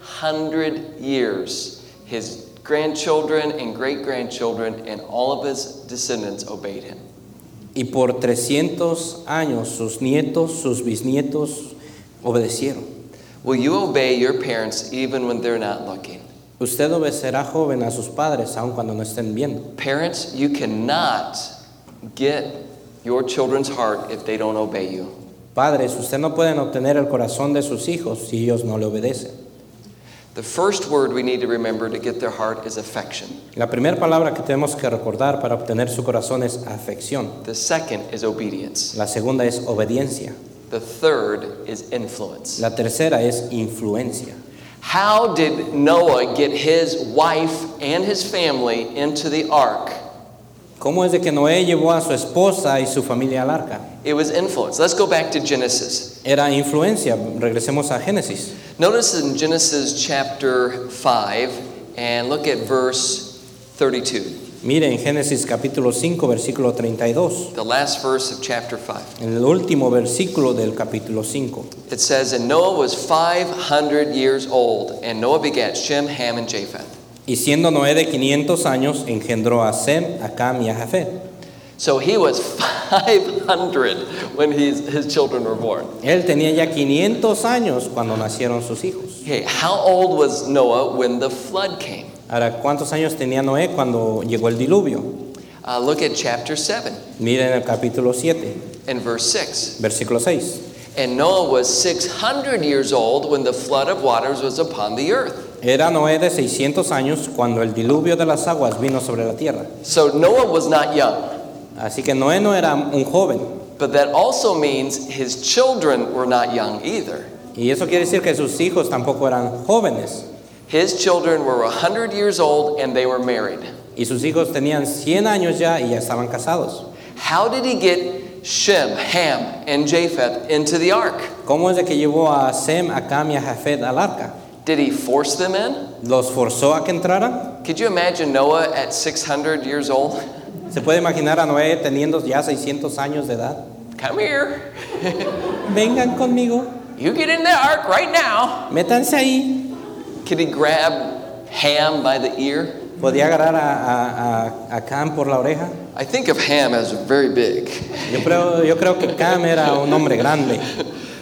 300 years, his grandchildren and great grandchildren and all of his descendants obeyed him.
y por 300 años sus nietos, sus bisnietos obedecieron.
Will you obey your parents even when they're not looking?
Usted obedecerá joven a sus padres aun cuando no estén viendo.
Parents, you cannot get your children's heart if they don't obey you.
Padres, usted no pueden obtener el corazón de sus hijos si ellos no le obedecen.
The first word we need to remember to get their heart is affection.
La primera palabra que tenemos que recordar para obtener su corazón es afección.
The second is obedience.
La segunda es obediencia.
The third is influence.
La tercera es influencia.
How did Noah get his wife and his family into the ark?
¿Cómo es de que Noé llevó a su esposa y su familia al arca?
It was influence. Let's go back to Genesis.
Era influencia. Regresemos a Génesis.
Notice in Genesis chapter 5 and look at verse 32,
Mire en Génesis capítulo 5, versículo 32.
the last verse of chapter 5.
En el último versículo del capítulo 5.
It says, And Noah was 500 years old, and Noah begat Shem, Ham, and Japheth.
Y siendo Noé de 500 años, engendró a Sem, a Cam y a Jafet.
So he was 500 when he's, his children were born.
Él tenía ya 500 años cuando nacieron sus hijos.
Okay, how old was Noah when the flood came?
Ahora, ¿cuántos años tenía Noé cuando llegó el diluvio?
Uh, look at chapter 7
Miren el capítulo 7,
and verse 6.
versículo 6.
And Noah was 600 years old when the flood of waters was upon the earth.
Era Noé de 600 años cuando el diluvio de las aguas vino sobre la tierra.
So Noah was not young,
Así que Noé no era un joven.
but that also means his children were not young either.
Y eso quiere decir que sus hijos tampoco eran jóvenes.
His children were 100 years old and they were married.
Y sus hijos tenían 100 años ya y ya estaban casados.
How did he get Shem, Ham, and Japheth into the ark?
¿Cómo es de que llevó a Sem, a Cam y a Jafet al arca?
Did he force them in?
¿Los forzó a que entraran?
Could you imagine Noah at 600 years old?
¿Se puede imaginar a Noé teniendo ya 600 años de edad?
Come here.
Vengan conmigo,
You get in the ark right now.
métanse ahí.
Could he grab Ham by the ear?
Podía agarrar a, a, a- a Cam por la oreja.
I think of Ham as very big.
Yo creo, yo creo que Cam era un hombre grande.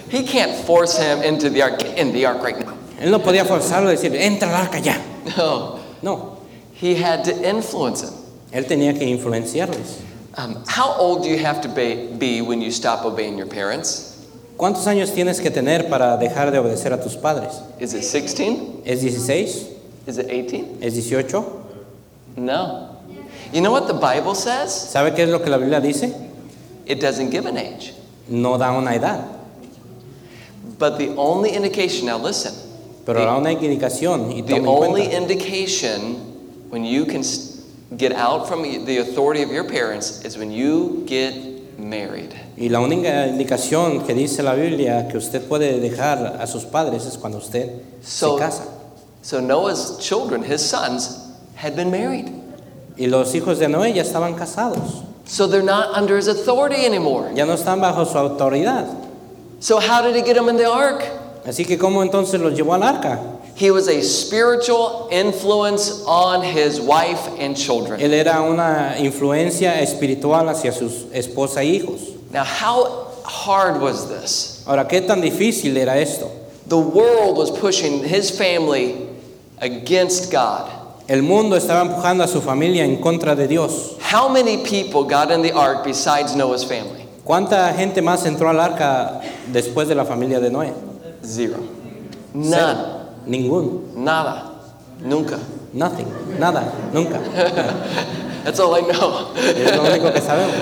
He can't force him into the ark. Get in the ark right now.
Él no podía forzarlo a decir, entra al arca ya.
No.
No,
He had to influence him.
él tenía que influenciarles.
Um, how old do you have to ba- be when you stop obeying your parents?
¿Cuántos años tienes que tener para dejar de obedecer a tus padres?
Is it 16?
¿Es 16?
Is it 18?
¿Es 18?
No. You know what the Bible says?
¿Sabe qué es lo que la Biblia dice?
It doesn't give an age.
No da una edad,
But the only indication, now listen,
pero da una indicación y
the
toma en
only
cuenta.
indication when you can s- get out from the authority of your parents is when you get married.
Y la única indicación que dice la Biblia que usted puede dejar a sus padres es cuando usted
So-
se casa.
So Noah's children, his sons, had been married.
Y los hijos de Noé ya estaban casados,
So they're not under his authority anymore.
ya no están bajo su autoridad.
So how did he get them in the ark?
Así que ¿cómo entonces los llevó al arca?
He was a spiritual influence on his wife and children.
Él era una influencia espiritual hacia sus esposa e hijos.
Now, how hard was this?
Ahora, ¿qué tan difícil era esto?
The world was pushing his family against God.
El mundo estaba empujando a su familia en contra de Dios.
How many people got in the ark besides Noah's family?
¿Cuánta gente más entró al arca después de la familia de Noé?
Zero.
Cero.
None.
Ningún.
Nada. Nunca.
Nothing. Nada. Nunca.
That's all I know.
Es lo único que sabemos.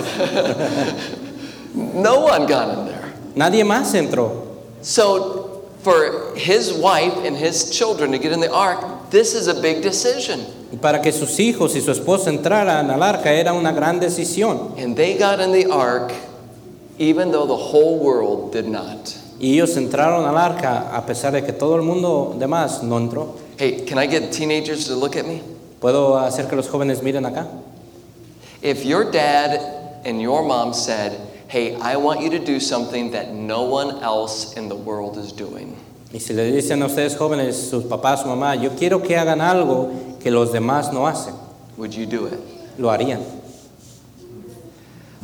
No one got in there.
Nadie más entró.
So, for his wife and his children to get in the ark, this is a big decision.
Y Para que sus hijos y su esposa entraran al arca era una gran decisión.
And they got in the ark even though the whole world did not.
Y ellos entraron al arca a pesar de que todo el mundo demás no entró.
Hey, can I get teenagers to look at me?
¿Puedo hacer que los jóvenes miren acá?
If your dad and your mom said, Hey, I want you to do something that no one else in the world is doing,
Y si le dicen a ustedes jóvenes, sus papás, su mamá, yo quiero que hagan algo que los demás no hacen,
would you do it?
lo harían.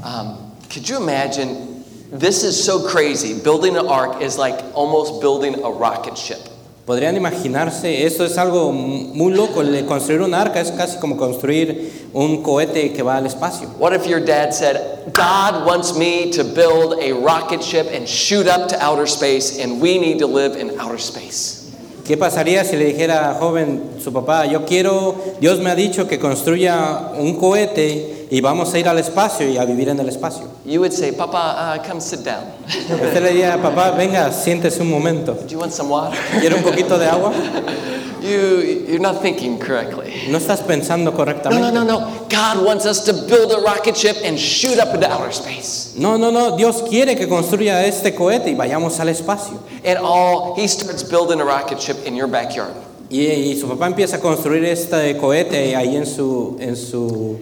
Um, could you imagine? This is so crazy. Building an ark is like almost building a rocket ship.
Podrían imaginarse, esto es algo muy loco, el de construir un arca es casi como construir un cohete que va al espacio.
What if your dad said, God wants me to build a rocket ship and shoot up to outer space, and we need to live in outer space?
¿Qué pasaría si le dijera joven su papá, yo quiero, Dios me ha dicho que construya un cohete y vamos a ir al espacio y a vivir en el espacio?
You would say, Papa, uh, come sit down.
Usted le diría, papá, venga, siéntese un momento.
Do you want some water?
¿Quiere un poquito de agua?
You, you're not thinking correctly.
No estás pensando
No, no,
correctamente.
no, no. God wants us to build a rocket ship and shoot up into outer space.
No, no, no, Dios quiere que construya este cohete y vayamos al espacio.
And all, he starts building a rocket ship in your backyard.
Y, y su papá empieza a construir este cohete ahí en su, en su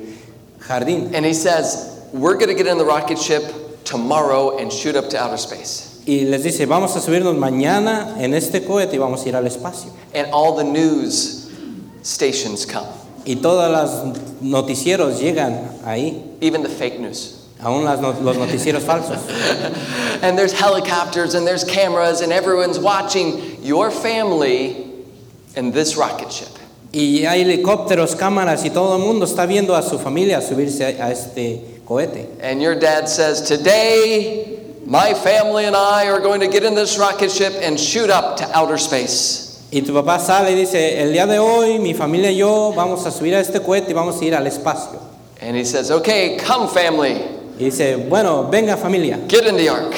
jardín.
And he says, We're going to get in the rocket ship tomorrow and shoot up to outer space.
Y les dice, vamos a subirnos mañana en este cohete y vamos a ir al espacio.
And all the news stations come,
Y todos los noticieros llegan ahí,
even the fake news.
aún las no- los noticieros falsos.
And there's helicopters and there's cameras, and everyone's watching your family in this rocket ship.
Y hay helicópteros, cámaras y todo el mundo está viendo a su familia subirse a a este cohete.
And your dad says, Today, my family and I are going to get in this rocket ship and shoot up to outer space.
Y tu papá sale y dice, el día de hoy mi familia y yo vamos a subir a este cohete y vamos a ir al espacio.
And he says, Okay, come, family,
Y dice, bueno, venga familia,
get in the ark.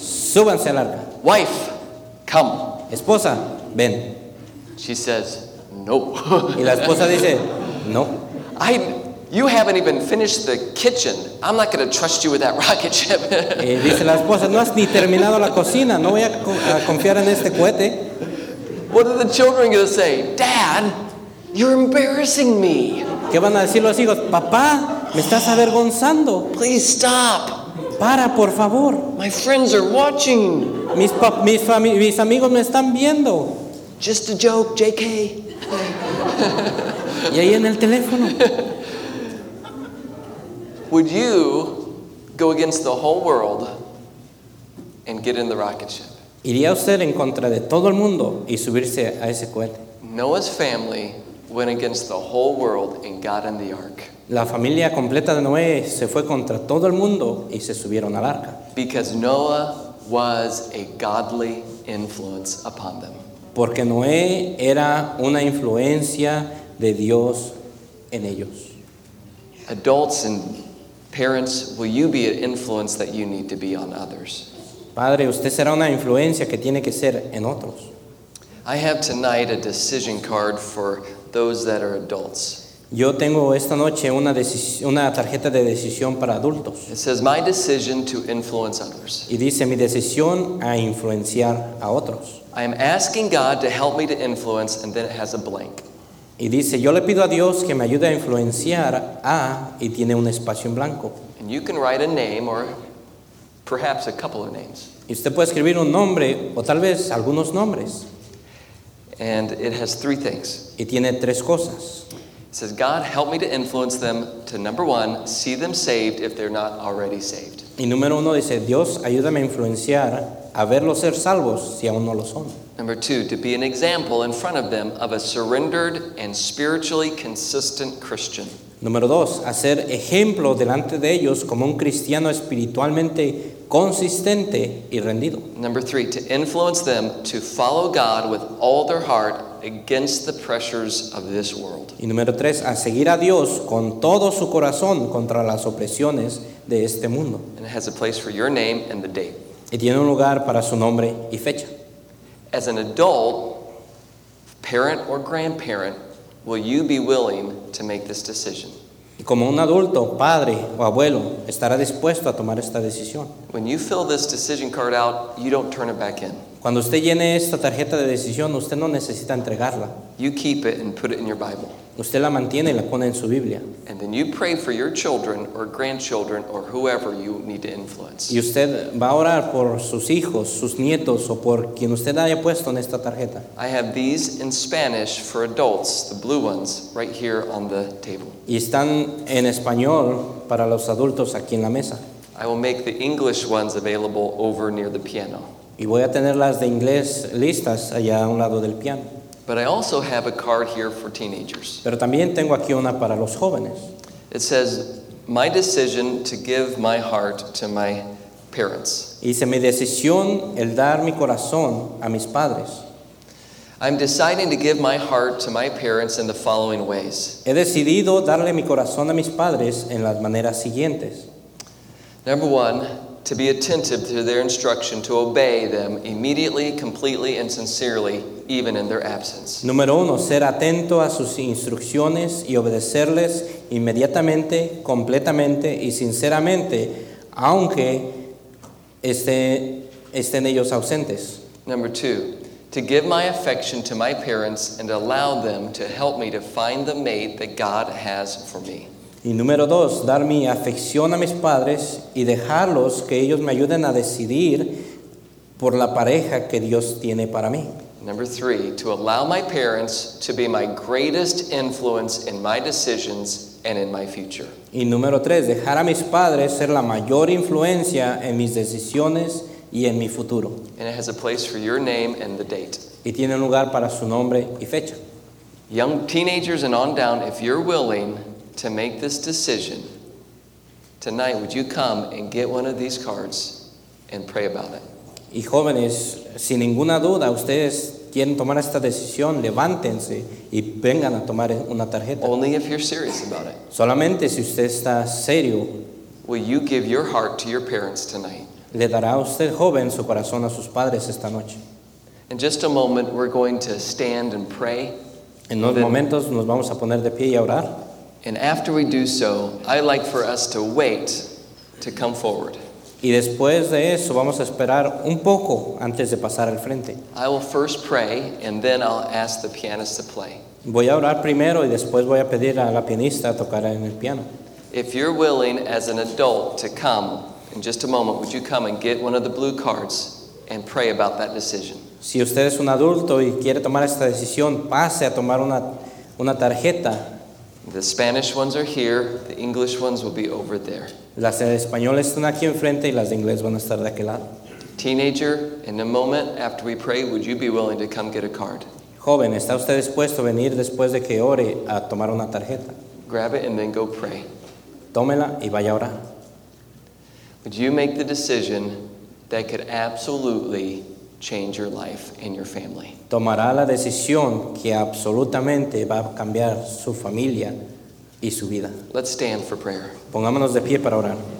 súbanse al arca.
Wife, come.
Esposa, ven.
She says, No.
Y la esposa dice, no,
I, you haven't even finished the kitchen. I'm not going to trust you with that rocket ship.
Eh, dice la esposa, no has ni terminado la cocina, no voy a, co- a confiar en este cohete.
What are the children going to say? Dad, you're embarrassing me.
¿Qué van a decir los hijos? Papá, me estás avergonzando.
Please stop.
Para, por favor.
My friends are watching.
Mis, pa- mis, fami- mis amigos me están viendo.
Just a joke, JK.
Y ahí en el teléfono.
Would you go against the whole world and get in the rocket ship?
¿Iría usted en contra de todo el mundo y subirse a ese cohete?
Noah's family went against the whole world and got in the ark
La familia completa de Noé se fue contra todo el mundo y se subieron al arca.
because Noah was a godly influence upon them.
Porque Noé era una influencia de Dios en ellos.
Adults and parents, will you be an influence that you need to be on others?
Padre, usted será una influencia que tiene que ser en otros.
I have tonight a decision card for those that are adults.
Yo tengo esta noche una, decis- una tarjeta de decisión para adultos
It says, My decision to influence others.
y dice mi decisión a influenciar a otros.
I am asking God to help me to influence, and then it has a blank.
Y dice, yo le pido a Dios que me ayude a influenciar a, y tiene un espacio en blanco.
And you can write a name or perhaps a couple of names.
Y usted puede escribir un nombre o tal vez algunos nombres.
And it has three things.
Y tiene tres cosas.
It says, God, help me to influence them to number one, see them saved if they're not already saved.
Y número uno dice, Dios ayúdame a influenciar a verlos ser salvos si aún no lo son.
Number two, to be an example in front of them of a surrendered and spiritually consistent Christian.
Número dos, hacer ejemplo delante de ellos como un cristiano espiritualmente consistente y rendido.
Number three, to influence them to follow God with all their heart against the pressures of this world.
Y número tres, a seguir a Dios con todo su corazón contra las opresiones de este mundo.
And it has a place for your name and the date.
Y tiene un lugar para su nombre y fecha.
As an adult, parent or grandparent, will you be willing to make this decision?
Y como un adulto, padre o abuelo, estará dispuesto a tomar esta decisión.
When you fill this decision card out, you don't turn it back in.
Cuando usted llene esta tarjeta de decisión, usted no necesita entregarla.
You keep it and put it in your Bible.
Usted la mantiene y la pone en su Biblia.
And then you pray for your children or grandchildren or whoever you need to influence.
Y usted va a orar por sus hijos, sus nietos o por quien usted haya puesto en esta tarjeta.
I have these in Spanish for adults, the blue ones, right here on the table.
Y están en español para los adultos aquí en la mesa.
I will make the English ones available over near the piano.
Y voy a tener las de inglés listas allá a un lado del piano.
But I also have a card here for teenagers.
Pero también tengo aquí una para los jóvenes.
It says, My decision to give my heart to my parents.
Hice mi decisión el dar mi corazón a mis padres.
I'm deciding to give my heart to my parents in the following ways.
He decidido darle mi corazón a mis padres en las maneras siguientes.
Number one, to be attentive to their instruction, to obey them immediately, completely, and sincerely, even in their absence.
Número uno, ser atento a sus instrucciones y obedecerles inmediatamente, completamente y sinceramente, aunque esté- estén ellos ausentes.
Number two, to give my affection to my parents and allow them to help me to find the mate that God has for me.
Y número dos, dar mi afección a mis padres y dejarlos que ellos me ayuden a decidir por la pareja que Dios tiene para mí.
Number three, to allow my parents to be my greatest influence in my decisions and in my future.
Y número tres, dejar a mis padres ser la mayor influencia en mis decisiones y en mi futuro.
And it has a place for your name and the date.
Y tiene un lugar para su nombre y fecha.
Young teenagers and on down, if you're willing to make this decision, tonight would you come and get one of these cards and pray about it?
Y jóvenes, sin ninguna duda, ustedes quieren tomar esta decisión, levántense y vengan a tomar una tarjeta.
Only if you're serious about it.
Solamente si usted está serio,
Will you give your heart to your parents tonight?
le dará a usted joven su corazón a sus padres esta noche.
In just a moment, we're going to stand and pray.
En unos
Amén.
momentos nos vamos a poner de pie y a orar.
And after we do so, I like for us to wait to come forward.
Y después de eso vamos a esperar un poco antes de pasar al frente.
I will first pray, and then I'll ask the pianist to play.
Voy a orar primero y después voy a pedir a la pianista a tocar en el piano.
If you're willing, as an adult, to come in just a moment, would you come and get one of the blue cards and pray about that decision?
Si usted es un adulto y quiere tomar esta decisión, pase a tomar una, una tarjeta.
The Spanish ones are here, the English ones will be over there.
Las de español están aquí enfrente y las de inglés van a estar de aquel lado.
Teenager, in a moment after we pray, would you be willing to come get a card?
Joven, ¿está usted dispuesto a venir después de que ore a tomar una tarjeta?
Grab it and then go pray.
Tómela y vaya a orar.
Would you make the decision that could absolutely change your life and your family?
Tomará la decisión que absolutamente va a cambiar su familia y su vida.
Let's stand for prayer.
Pongámonos de pie para orar.